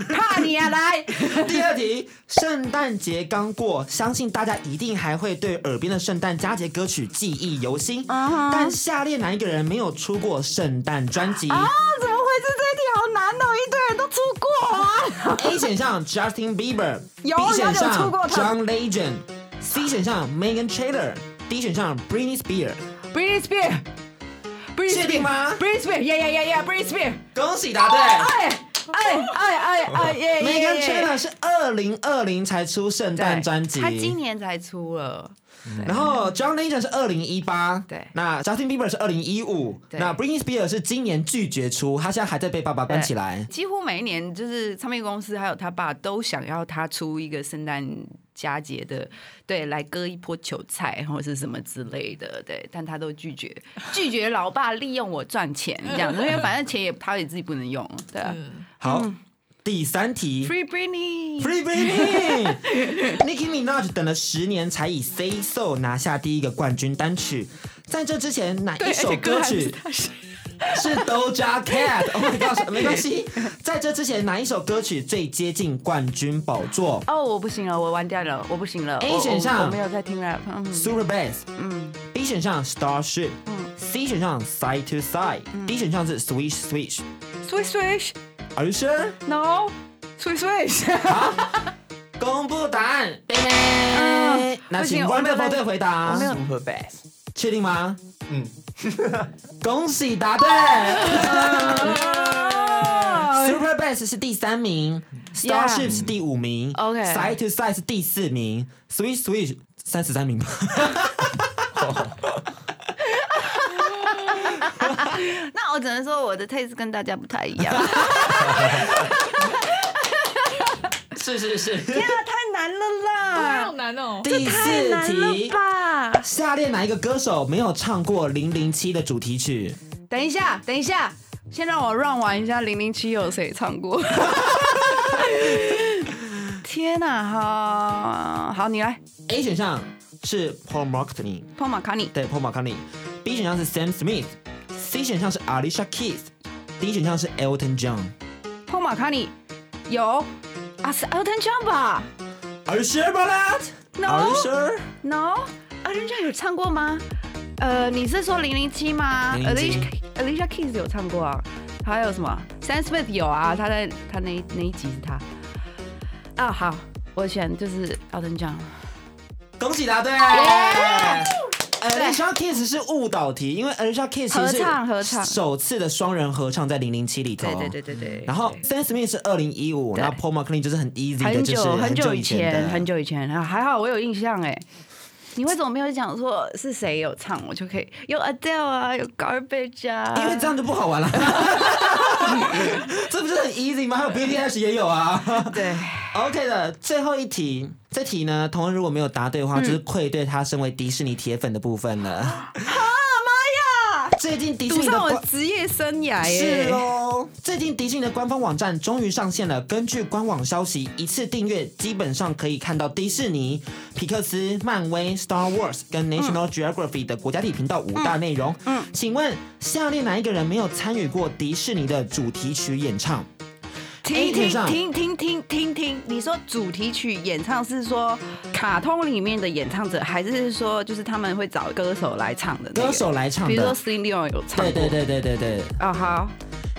Speaker 2: 怕你啊，来，
Speaker 5: 第二题，圣诞节刚过，相信大家一定还会对耳边的圣诞佳节歌曲记忆犹新。
Speaker 2: 嗯
Speaker 5: 但下列哪一个人没有出过圣诞专辑
Speaker 2: 怎么回事？这一题好难哦，一堆人都出过啊。
Speaker 5: ？A 选项 Justin Bieber，B
Speaker 2: 有有
Speaker 5: 选
Speaker 2: 有出
Speaker 5: 项
Speaker 2: 过他
Speaker 5: John Legend，C 选项 Megan Trainor，D 选项 Britney Spears。
Speaker 2: Britney Spears，Britney
Speaker 5: 确定吗
Speaker 2: Spears，Britney Spears，yeah yeah yeah yeah，Britney Spears，
Speaker 5: 恭喜答对。
Speaker 2: 哎哎哎哎哎耶
Speaker 5: Megan Trainor 是二零二零才出圣诞专辑，
Speaker 2: 他今年才出了。
Speaker 5: 然后 John Legend 是二零一八，
Speaker 2: 对
Speaker 5: 那 Justin Bieber 是二零一五，
Speaker 2: 对
Speaker 5: 那 Britney Spears 是今年拒绝出，他现在还在被爸爸关起来。
Speaker 2: 几乎每一年，就是唱片公司还有他爸都想要他出一个圣诞佳节的，对，来割一波韭菜或是什么之类的，对，但他都拒绝，拒绝老爸利用我赚钱这样子，因为反正钱也他也自己不能用，对啊、
Speaker 5: 好，第三题
Speaker 2: Free Britney，
Speaker 5: Free Britney，Nicki
Speaker 2: [LAUGHS]
Speaker 5: Minaj 等了十年才以 Say So 拿下第一个冠军单曲，在这之前哪一首歌曲？ [LAUGHS] 是 Doja Cat，Oh my god，没关
Speaker 2: [LAUGHS]
Speaker 5: 系。在这之前，哪一首歌曲最接近冠军宝座？
Speaker 2: 哦，我不行了，我完蛋了，我不行了
Speaker 5: A
Speaker 2: 我我
Speaker 5: 哎选项
Speaker 2: 我没有在听 rap，嗯
Speaker 5: Super Bass，嗯，B 选项 Starship，嗯，C 选项 Side to
Speaker 2: 嗯
Speaker 5: Side，D 选项是 Switch Switch。
Speaker 2: ，Swish Swish
Speaker 5: Are you sure？
Speaker 2: No，Swish
Speaker 5: [LAUGHS]
Speaker 2: Swish，
Speaker 5: 公布答案。
Speaker 2: 嗯
Speaker 5: 那
Speaker 2: 不行
Speaker 5: 请
Speaker 2: 我没有
Speaker 5: Wonderful
Speaker 2: 在
Speaker 5: 对回答，
Speaker 4: Super Bass，
Speaker 5: 确定吗？
Speaker 4: 嗯，
Speaker 5: [LAUGHS] 恭喜
Speaker 2: [LAUGHS]
Speaker 5: 答对。Super Bass 是第三名
Speaker 2: Yeah
Speaker 5: ，Starship 是第五名
Speaker 2: OK
Speaker 5: Side to Side 是第四名，Switch Switch 三十三名吧。
Speaker 2: 那我只能说我的 taste 跟大家不太一样。
Speaker 5: 是是是。
Speaker 2: 啊太难了啦！
Speaker 3: 哇
Speaker 2: 啊
Speaker 3: 好！难哦。
Speaker 5: 第
Speaker 2: 太
Speaker 5: 四
Speaker 2: 难了
Speaker 5: 题，
Speaker 2: 吧？
Speaker 5: 下列哪一个歌手没有唱过《零零七》的主题曲？
Speaker 2: 等一下，等一下，先让我 run 完一下零零七有谁唱过？ [LAUGHS] 天哪、好好，你来
Speaker 5: A 选项是 Paul McCartney，
Speaker 2: p 马卡尼。
Speaker 5: 对 Paul McCartney；B 选项是 Sam Smith；C 选项是 Alicia Keys；D 选项是 Elton John。
Speaker 2: p 马卡尼有啊，是 Elton John 吧
Speaker 5: Are you sure about that? Are you sure?
Speaker 2: ？No，Elton John 啊有唱过吗？呃，你是说零零七吗
Speaker 5: 007
Speaker 2: Alicia Alicia Keys 有唱过啊，还有什么？Sam Smith 有啊，他在他那那一集是他。啊，好，我选就是 Elton John。
Speaker 5: 恭喜答对。Alicia Keys 是误导题，因为 Alicia Keys
Speaker 2: 合
Speaker 5: 是
Speaker 2: 唱合唱
Speaker 5: 首次的双人合唱在零零七里头。
Speaker 2: 对对对对对。
Speaker 5: 然后 Sam Smith 是二零一五，
Speaker 2: 对
Speaker 5: 然后 Paul McCartney 就是很 easy 的，
Speaker 2: 很
Speaker 5: 就
Speaker 2: 久
Speaker 5: 是
Speaker 2: 很久
Speaker 5: 以
Speaker 2: 以前，很
Speaker 5: 久
Speaker 2: 久以前啊，还好我有印象哎。你为什么没有讲说是谁有唱，我就可以有 Adele 啊，有 Garbage 啊？
Speaker 5: 的，因为这样就不好
Speaker 2: [LAUGHS]
Speaker 5: 玩了。这不是很 easy 吗？还有 BTS 也有啊。
Speaker 2: 对
Speaker 5: OK 的，最后一题，这题呢，同恩如果没有答对的
Speaker 2: 嗯
Speaker 5: 话，就是愧对他身为迪士尼铁粉的部分了。啊妈呀！最近迪士
Speaker 2: 赌
Speaker 5: 尼的
Speaker 2: 上我
Speaker 5: 官
Speaker 2: 职业生涯哎耶
Speaker 5: 是！哦，最近迪士尼的官方网站终于上线了。根据官网消息，一次订阅基本上可以看到迪士尼、皮克斯、漫威、Star Wars 跟 National Geography 的国家地频道五大内容。嗯，请问下列哪一个人没有参与过迪士尼的主题曲演唱？
Speaker 2: 停
Speaker 5: A 选
Speaker 2: 停
Speaker 5: 项
Speaker 2: 停停停停停！你说主题曲演唱是说卡通里面的演唱者，还是说就是他们会找歌手来唱的、那个
Speaker 5: 歌手来唱
Speaker 2: 比如说
Speaker 5: 的。
Speaker 2: Celine Dion 有唱
Speaker 5: 对
Speaker 2: 过。
Speaker 5: 对。对对对对
Speaker 2: 哦，好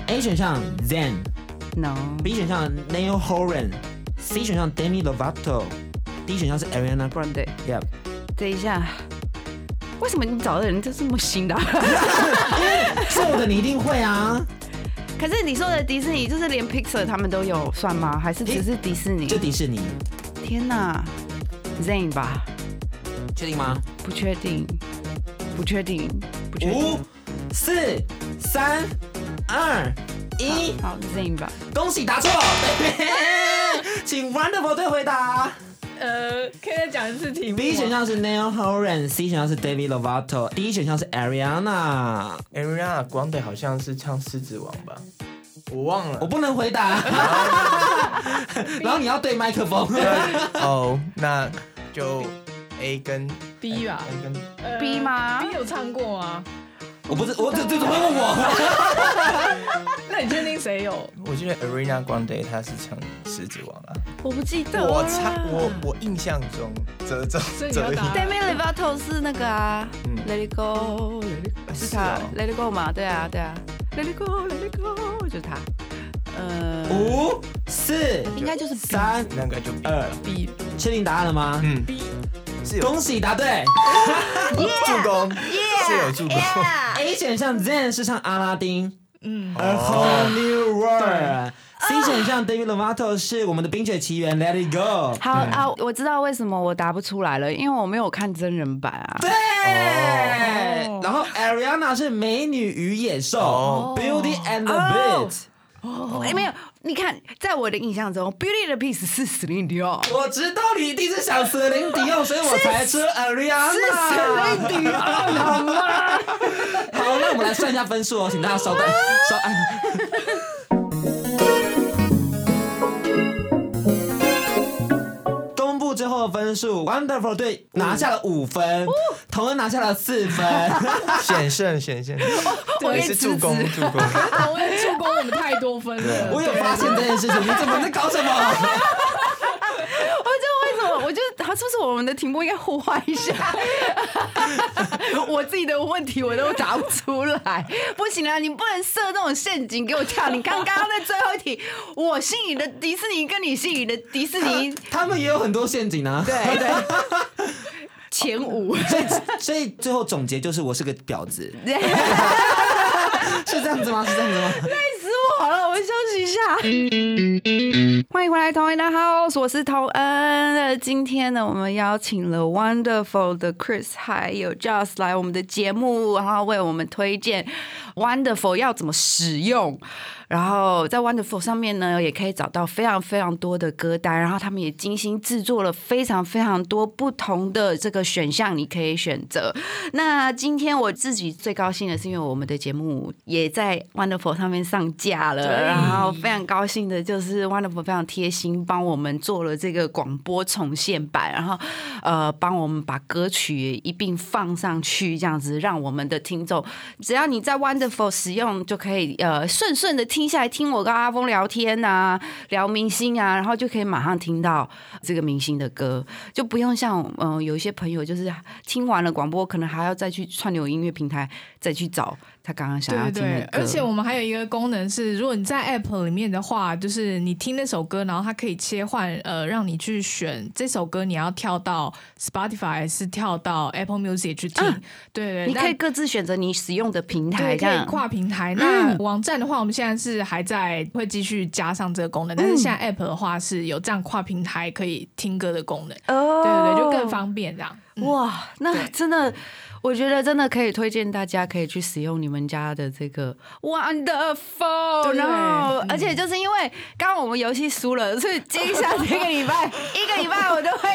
Speaker 5: ，A 选项 Zen。
Speaker 2: ，No，
Speaker 5: B 选项 Neil Horan，C 选项 Demi Lovato，D 选项是 Ariana
Speaker 2: 不然对，
Speaker 5: [LAUGHS] Grande。
Speaker 2: 等一下，为什么你找的人就这么新的啊、
Speaker 5: 做的你一定会啊，
Speaker 2: [LAUGHS] 可是你说的迪士尼，就是连 Pixar 他们都有算吗？还是只是迪士尼？
Speaker 5: 就迪士尼，
Speaker 2: 天哪，Zayn 吧？
Speaker 5: 确定吗？
Speaker 2: 不确定，不确定，不确定。
Speaker 5: 五、四、三、二、一，
Speaker 2: 好，Zayn 吧。
Speaker 5: 恭喜答错， [LAUGHS] 请 Wonderful 队回答。
Speaker 3: 呃，可以再讲一次题目吗
Speaker 5: B 选项是 Neil Horan，C 选项是 Demi Lovato，D 选项是 Ariana。
Speaker 4: Ariana Grande 好像是唱《狮子王》吧，我忘
Speaker 5: 我
Speaker 4: 了。
Speaker 5: 不能回
Speaker 2: [LAUGHS]
Speaker 5: 答，然后你要对麦克风。
Speaker 4: [LAUGHS] 哦，那就 A 跟
Speaker 3: B 吧
Speaker 4: A 哎跟
Speaker 3: 呃
Speaker 2: B 吗
Speaker 3: ？B 有唱过吗？
Speaker 5: 我不是，我这这怎么会问我？
Speaker 3: 那你确定谁有？
Speaker 4: 我记得 Ariana Grande 她是唱《狮子王》啊。
Speaker 2: 我不记得
Speaker 4: 我猜我我印象中这这
Speaker 3: 所以你要
Speaker 4: 这一
Speaker 3: 答
Speaker 2: Demi Lovato 是那个啊
Speaker 4: 嗯
Speaker 2: ，Let It Go，是他
Speaker 4: 哦
Speaker 2: ，Let It Go 嘛？对啊，对啊，Let It Go，Let It Go，就是他。呃，
Speaker 5: 五、四、
Speaker 2: 应该就是
Speaker 5: 三、
Speaker 4: 那个就
Speaker 5: 二，
Speaker 3: B
Speaker 5: 确定答案了吗？
Speaker 4: 嗯，是有
Speaker 5: 恭喜答对。
Speaker 4: 助攻，是有助攻。
Speaker 5: A 选项 Zen 是唱阿拉丁
Speaker 3: 嗯，
Speaker 5: ，A Whole New World。C 选项 David Lovato 是我们的《冰雪奇缘》Let It Go。
Speaker 2: 好啊，我知道为什么我答不出来了，因为我没有看真人版啊。
Speaker 5: 对
Speaker 3: 哦，
Speaker 5: 然后 Ariana 是《美女与野兽
Speaker 4: 哦》
Speaker 5: Beauty and the
Speaker 2: 哦
Speaker 5: Beast。
Speaker 2: 哎、没有，你看，在我的印象中，《Beauty 的 Piece》是 Celine Dion，
Speaker 5: 我知道你一定是想死林迪奥，所以我才说 Ariana。
Speaker 2: 是 Celine Dion 好吗？
Speaker 5: 好，那我们来算一下分数哦，请大家稍等，稍安。公布之后的分数，Wonderful 队拿下了五分，同恩拿下了四分。
Speaker 4: 险胜险胜，
Speaker 2: 我可
Speaker 4: 也
Speaker 2: 以
Speaker 4: 是
Speaker 2: 辞
Speaker 4: 助攻
Speaker 2: 职。
Speaker 4: 助攻。
Speaker 3: 我也助攻我们太多分了。
Speaker 5: 我有发现这件事情，你怎么在搞什么？
Speaker 2: 我就为什么？我就他是不是我们的题目应该互换一下？我自己的问题我都答不出来，不行啊！你不能设这种陷阱给我跳。你刚刚那最后一题，我心里的迪士尼跟你心里的迪士尼
Speaker 5: 他们也有很多陷阱啊。对对。
Speaker 2: 前五。
Speaker 5: 所以，所以最后总结就是，我是个婊子，是这样子吗？是这样子吗？
Speaker 2: 死我火了，我们休息一下。欢迎回来，同一大 house，我是童恩。那今天呢，我们邀请了 Wonderful 的 Chris 还有 Just 来我们的节目，然后为我们推荐 Wonderful 要怎么使用。然后在 Wonderful 上面呢，也可以找到非常非常多的歌单，然后他们也精心制作了非常非常多不同的这个选项，你可以选择。那今天我自己最高兴的是，因为我们的节目也在 Wonderful 上面上架了，然后非常高兴的就是 Wonderful 非常贴心，帮我们做了这个广播重现版，然后呃，帮我们把歌曲一并放上去，这样子让我们的听众，只要你在 Wonderful 使用，就可以呃顺顺的听下来，听我跟阿峰聊天啊，聊明星啊，然后就可以马上听到这个明星的歌，就不用像嗯、呃有一些朋友就是听完了广播，可能还要再去串流音乐平台再去找他刚刚想要
Speaker 3: 对
Speaker 2: 听
Speaker 3: 对
Speaker 2: 的，歌。
Speaker 3: 而且我们还有一个功能是，如果你在 App 里面的话，就是你听那首歌，然后它可以切换，呃，让你去选这首歌，你要跳到 Spotify 还是跳到 Apple Music 去听？对对，
Speaker 2: 啊你可以
Speaker 3: 那
Speaker 2: 各自选择你使用的平台，
Speaker 3: 对，
Speaker 2: 这
Speaker 3: 可以
Speaker 2: 样嗯
Speaker 3: 跨平台。那网站的话，我们现在是还在会继续加上这个功能，
Speaker 2: 嗯
Speaker 3: 但是现在 App 的话是有这样跨平台可以听歌的功能，
Speaker 2: 哦
Speaker 3: 对对对，就更方便这样。嗯
Speaker 2: [LAUGHS] 哇，那
Speaker 3: 对
Speaker 2: 真的，我觉得真的可以推荐大家可以去使用你们家的这个 Wonderful，
Speaker 3: 对
Speaker 2: 然后、
Speaker 3: 嗯
Speaker 2: 而且就是因为刚刚我们游戏输了，所以接下来这个礼
Speaker 3: [LAUGHS]
Speaker 2: 拜一个礼拜我都会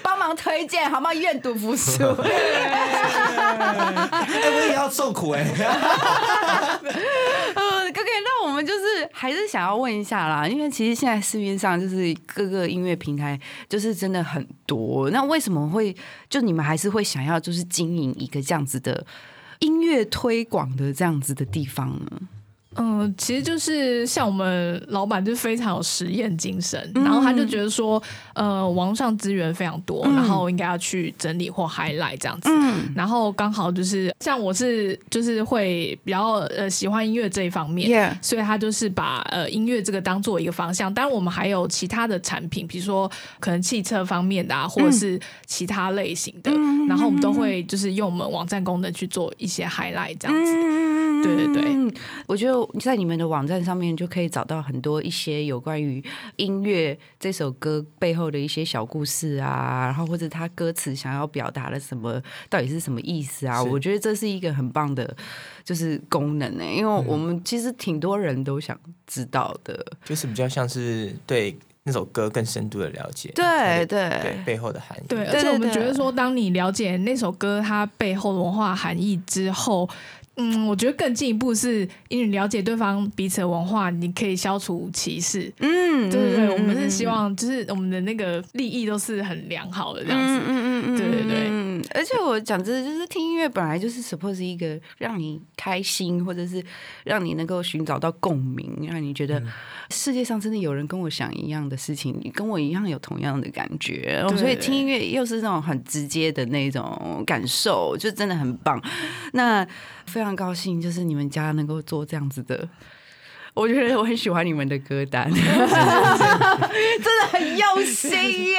Speaker 2: 帮忙推荐，好吗？愿赌服
Speaker 3: [LAUGHS]
Speaker 2: 输。 [LAUGHS]
Speaker 5: 哎，我也要受苦哎。
Speaker 2: 呃，哥哥，那我们就是还是想要问一下啦，因为其实现在市面上就是各个音乐平台就是真的很多，那为什么会就你们还是会想要就是经营一个这样子的音乐推广的这样子的地方呢？
Speaker 3: 嗯，其实就是像我们老板就非常有实验精神，然后他
Speaker 2: 嗯
Speaker 3: 就觉得说，呃，网上资源非常多，然后应该要去整理或 highlight 这样子。
Speaker 2: 嗯
Speaker 3: 然后刚好就是像我是就是会比较呃喜欢音乐这一方面
Speaker 2: Yeah
Speaker 3: 所以他就是把呃音乐这个当做一个方向。当然我们还有其他的产品，比如说可能汽车方面的啊，
Speaker 2: 嗯
Speaker 3: 或者是其他类型的，然后我们都会就是用我们网站功能去做一些 highlight 这样子。
Speaker 2: 嗯
Speaker 3: 对对对。
Speaker 2: 我觉得在你们的网站上面就可以找到很多一些有关于音乐这首歌背后的一些小故事啊，然后或者他歌词想要表达的什么，到底是什么意思啊？
Speaker 4: 是
Speaker 2: 我觉得这是一个很棒的，就是功能呢、欸因为我们其实挺多人都想知道的。
Speaker 4: 就是比较像是对那首歌更深度的了解，
Speaker 2: 对
Speaker 4: 它的
Speaker 2: 对
Speaker 4: 对背后的含义，
Speaker 3: 对，
Speaker 2: 对
Speaker 3: 而且我们
Speaker 2: 对
Speaker 3: 觉得说，当你了解那首歌它背后的文化含义之后，嗯，我觉得更进一步是因为你了解对方彼此的文化，你可以消除歧视。
Speaker 2: 嗯
Speaker 3: 对对对，我们是希望就是我们的那个利益都是很良好的这样子。
Speaker 2: 嗯嗯嗯，
Speaker 3: 对对对
Speaker 2: 嗯，而且我讲真的，就是听音乐本来就是 suppose 一个让你开心，或者是让你能够寻找到共鸣，让你觉
Speaker 3: 嗯
Speaker 2: 得世界上真的有人跟我想一样的事情，跟我一样有同样的感觉，哦
Speaker 3: 对
Speaker 2: 所以听音乐又是那种很直接的那种感受，就真的很棒。那非常高兴，就是你们家能够做这样子的。我觉得我很喜欢你们的歌
Speaker 3: [LAUGHS]
Speaker 2: 单，真的很用心耶。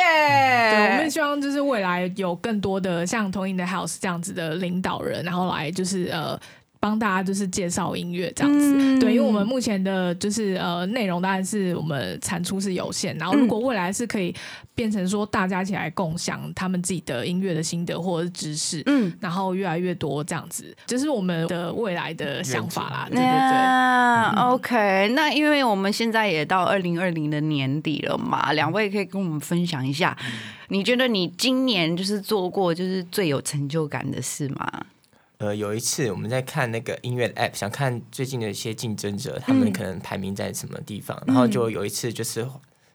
Speaker 3: 对，我们也希望就是未来有更多的像同影的 House 这样子的领导人，然后来就是呃。帮大家就是介绍音乐这样子，对，因为我们目前的就是呃内容当然是我们产出是有限，然后如果未来是可以变成说大家一起来共享他们自己的音乐的心得或者是知识，
Speaker 2: 嗯
Speaker 3: 嗯，然后越来越多这样子，就是我们的未来的想法啦，对对对。
Speaker 2: 那 OK，那因为我们现在也到二零二零的年底了嘛，两位可以跟我们分享一下，你觉得你今年就是做过就是最有成就感的事吗？
Speaker 4: 呃，有一次我们在看那个音乐的 app，想看最近的一些竞争者，他们可能排名在什么地方，然后就有一次就是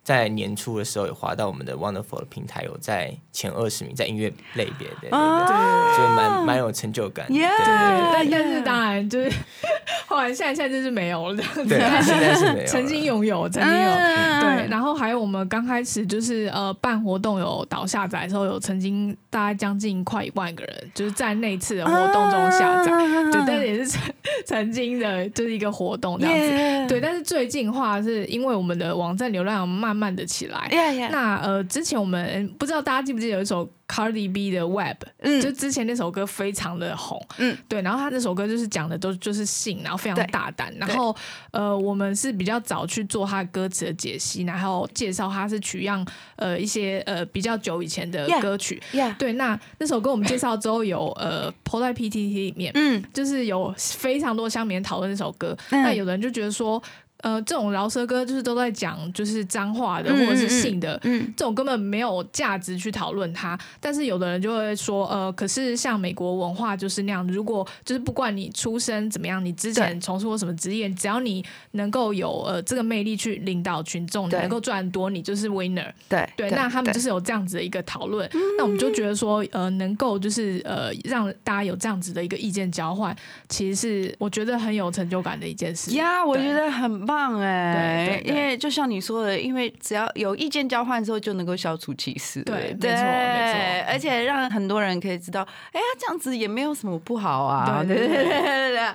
Speaker 4: 在年初的时候有滑到我们的 Wonderful 的平台，有在前二十名，在音乐类别的，对
Speaker 2: 啊
Speaker 4: 对
Speaker 3: 啊
Speaker 4: 对，所以蛮蛮有成就感的。对
Speaker 2: Yeah
Speaker 4: 对
Speaker 3: 但但是当然就是， [LAUGHS] 后来现在现在就是没有了这样子
Speaker 4: 对，对，现在是没有了。
Speaker 3: 曾经拥有，曾经有。
Speaker 2: 嗯
Speaker 3: 对，然后还有我们刚开始就是呃办活动有导下载的时候，有曾经大概将近快一万个人，就是在那次的活动中下
Speaker 2: 啊
Speaker 3: 载，对，但是也是曾 [LAUGHS] 曾经的就是一个活动这样子。
Speaker 2: Yeah
Speaker 3: 对，但是最近的话是因为我们的网站流量慢慢的起来，
Speaker 2: 呀呀，
Speaker 3: 那呃，之前我们不知道大家记不记得有一首 Cardi B 的 Web，、
Speaker 2: 嗯
Speaker 3: 就之前那首歌非常的红，
Speaker 2: 嗯
Speaker 3: 嗯，对，然后他那首歌就是讲的都就是性，然后非
Speaker 2: 对
Speaker 3: 常大胆。然后呃，我们是比较早去做他歌词的解析，然后介绍他是取样呃一些呃比较久以前的
Speaker 2: Yeah
Speaker 3: 歌曲。
Speaker 2: 呀，
Speaker 3: 对，那那首歌我们介绍之后有呃抛在 PTT 里面，
Speaker 2: 嗯，
Speaker 3: 就是有非常多乡民讨论这首歌，
Speaker 2: 嗯
Speaker 3: 那有的人就觉得说，呃，这种饶舌歌就是都在讲就是脏话的
Speaker 2: 嗯
Speaker 3: 或者
Speaker 2: 嗯
Speaker 3: 是
Speaker 2: 嗯
Speaker 3: 性的，
Speaker 2: 嗯，
Speaker 3: 这种根本没有价值去讨论它。但是有的人就会说，呃，可是像美国文化就是那样，如果就是不管你出身怎么样，你之前从事过什么职业，只要你能够有呃这个魅力去领导群众，你
Speaker 2: 对
Speaker 3: 能够赚多，你就是 winner。
Speaker 2: 对
Speaker 3: 对，那他们
Speaker 2: 对
Speaker 3: 就是有这样子的一个讨论，那我们就觉得说，呃，能够就是呃，让大家有这样子的一个意见交换，其实是我觉得很有成就感的一件事。
Speaker 2: 呀我
Speaker 3: 对
Speaker 2: 觉得很棒哎
Speaker 3: 对，对
Speaker 2: 因
Speaker 3: 对
Speaker 2: 为就像你说的，因为只要有意见交换之后，就能够消除歧视了。
Speaker 3: 对没错
Speaker 2: 对
Speaker 3: 没错
Speaker 2: 而且让很多人可以知道，哎呀，这样子也没有什么不好啊。
Speaker 3: 对对对
Speaker 2: [LAUGHS] 对对。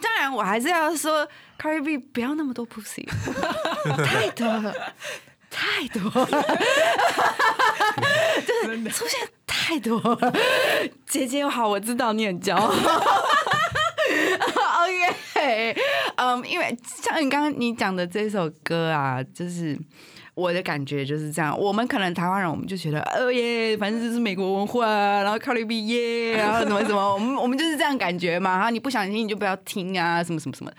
Speaker 2: 当然，我还是要说 c a r r B 不要那么多 pussy，太多了，太多了， [LAUGHS] 就是出现太多了。姐姐好，我知道你很骄傲。OK，嗯，因为像你刚刚你讲的这首歌啊，就是我的感觉就是这样。我们可能台湾人，我们就觉得，呃耶，反正就是美国文化，啊然后靠 a 毕业，然后怎么怎么，我们我们就是这样感觉嘛。然后你不想听，你就不要听啊，什么什么什么的。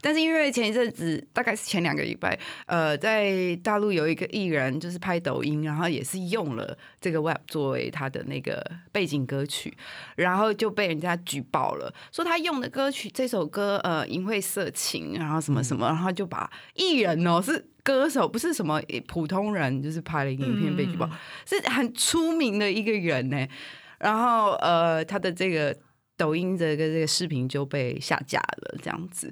Speaker 2: 但是因为前一阵子，大概是前两个礼拜，呃，在大陆有一个艺人就是拍抖音，然后也是用了这个 Web 作为他的那个背景歌曲，然后就被人家举报了，说他用的歌曲这首歌呃淫秽色情，然后什么什么，然后就把艺人哦是。歌手不是什么普通人，就是拍了一个影片被举报，是很出名的一个人呢、然后呃，他的这个抖音的这个视频就被下架了，这样子。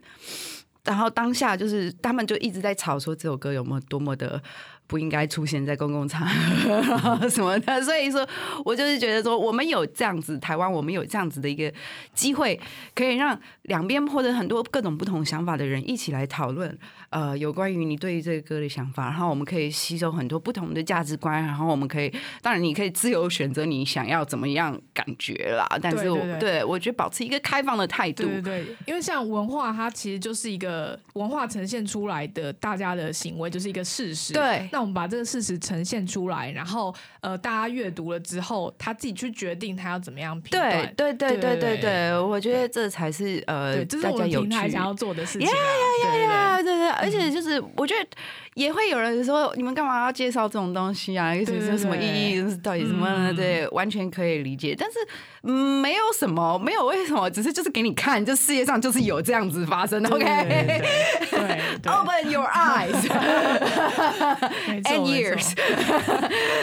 Speaker 2: 然后当下就是他们就一直在吵说这首歌有没有多么的不应该出现在公共场合 [LAUGHS] 然后什么的，所以说我就是觉得说我们有这样子台湾，我们有这样子的一个机会，可以让两边或者很多各种不同想法的人一起来讨论，呃，有关于你对于这个歌的想法，然后我们可以吸收很多不同的价值观，然后我们可以当然你可以自由选择你想要怎么样感觉啦，但是
Speaker 3: 对
Speaker 2: 我
Speaker 3: 对对
Speaker 2: 我觉得保持一个开放的态度，
Speaker 3: 对对对，因为像文化，它其实就是一个文化呈现出来的大家的行为，就是一个事实。
Speaker 2: 对
Speaker 3: 那我们把这个事实呈现出来，然后呃，大家阅读了之后，他自己去决定他要怎么样评
Speaker 2: 对
Speaker 3: 断。
Speaker 2: 对对对
Speaker 3: 对
Speaker 2: 对
Speaker 3: 对
Speaker 2: 对，我觉得这才是呃，
Speaker 3: 对，这是
Speaker 2: 大
Speaker 3: 我
Speaker 2: 家
Speaker 3: 们
Speaker 2: 有
Speaker 3: 平台
Speaker 2: 趣。
Speaker 3: 想要做的事情啊。
Speaker 2: 啊，
Speaker 3: 对嗯
Speaker 2: 对对，而且就是我觉得也会有人说，你们干嘛要介绍这种东西啊？有什么
Speaker 3: 对
Speaker 2: 有什么
Speaker 3: 对
Speaker 2: 意义？这是到底什么呢？
Speaker 3: 嗯
Speaker 2: 对，完全可以理解，但是嗯，没有什么，没有为什么，只是就是给你看，这世界上就是有这样子发生。
Speaker 3: 对对
Speaker 2: OK，
Speaker 3: 对对对对
Speaker 2: Open your
Speaker 3: [LAUGHS]
Speaker 2: eyes Oh,
Speaker 3: 没错
Speaker 2: and
Speaker 3: 没错
Speaker 2: years。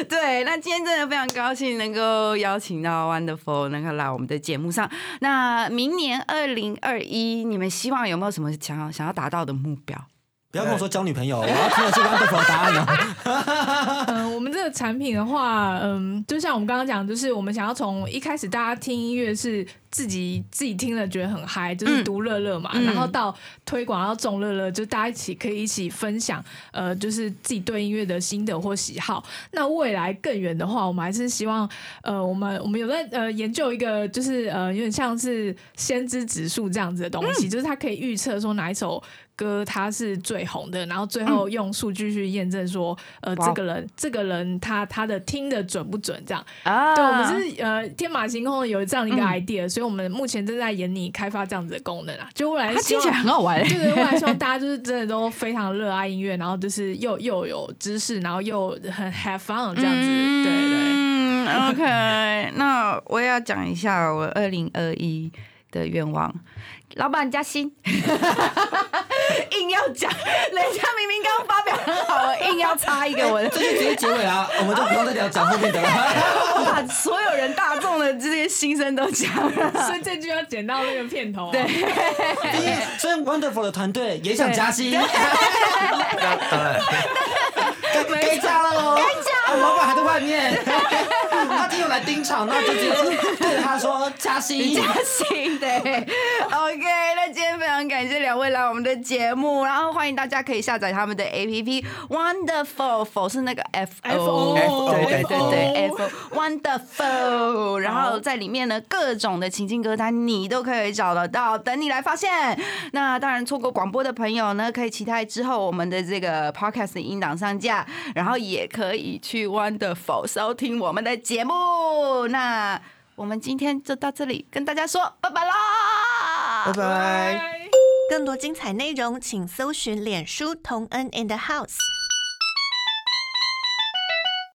Speaker 2: 对， [LAUGHS] 那今天真的非常高兴能够邀请到 Wonderful 能够来我们的节目上。那明年二零二一，你们希望有没有什么想要想要达到的目标？
Speaker 5: 不要跟我说交女朋友，我要听的是 Wonderful 答案哦了。
Speaker 3: [LAUGHS] 嗯，我们这个产品的话，嗯，就像我们刚刚讲，就是我们想要从一开始大家听音乐是自己自己听了觉得很嗨，就是
Speaker 2: 嗯
Speaker 3: 独乐乐嘛，
Speaker 2: 嗯
Speaker 3: 然后到推广到众乐乐，就大家一起可以一起分享，呃，就是自己对音乐的心得或喜好。那未来更远的话，我们还是希望，呃，我们我们有在呃研究一个，就是呃有点像是先知指数这样子的东
Speaker 2: 嗯
Speaker 3: 西，就是它可以预测说哪一首歌它是最红的，然后最后用数据去验证说，呃，
Speaker 2: 哇哦
Speaker 3: 这个人这个人他他的听的准不准这样。
Speaker 2: 啊
Speaker 3: 对，我们是呃天马行空的有这样一个
Speaker 2: 嗯
Speaker 3: idea，、所以我们目前正在研拟开发这样子的功能啊，就未来
Speaker 2: 它
Speaker 3: 希
Speaker 2: 听
Speaker 3: 望
Speaker 2: 起来。很好
Speaker 3: [LAUGHS]
Speaker 2: 玩。
Speaker 3: 对对，我还希望大家就是真的都非常热爱音乐，然后就是又又有知识，然后又很 have fun 这样子，对对。
Speaker 2: 嗯，OK，那我也要讲一下我二零二一的愿望，老板加薪， [LAUGHS] 硬要讲，人家明明刚发表很好，我硬要插一个我的
Speaker 5: 这。就直接结尾啊，我们就不用再聊讲后面的 [LAUGHS] 了。
Speaker 2: 我 [LAUGHS] 把所有人大众的这些心声都讲了，
Speaker 3: [LAUGHS] 所以这句要剪到那个片头、啊。
Speaker 2: 对
Speaker 5: 所以 Wonderful 的团队也想加薪，
Speaker 4: 当然，
Speaker 5: 该该加喽，该加。老板还在外面， [LAUGHS] 他今天有来盯场，那呃就直接对着他说加薪。
Speaker 2: 加薪对。OK，那今天非常常感谢两位来我们的节目，然后欢迎大家可以下载他们的 APP Wonderful，否是那个 F O，
Speaker 4: F-O
Speaker 2: 对对对对
Speaker 3: F-O
Speaker 2: F O Wonderful，然后在里面呢各种的情境歌单你都可以找得到，等你来发现。那当然错过广播的朋友呢，可以期待之后我们的这个 Podcast 的音档上架，然后也可以去 Wonderful 收听我们的节目。那我们今天就到这里，跟大家说拜拜啦，
Speaker 4: 拜拜。
Speaker 6: 更多精彩内容，请搜寻脸书同恩 in the house。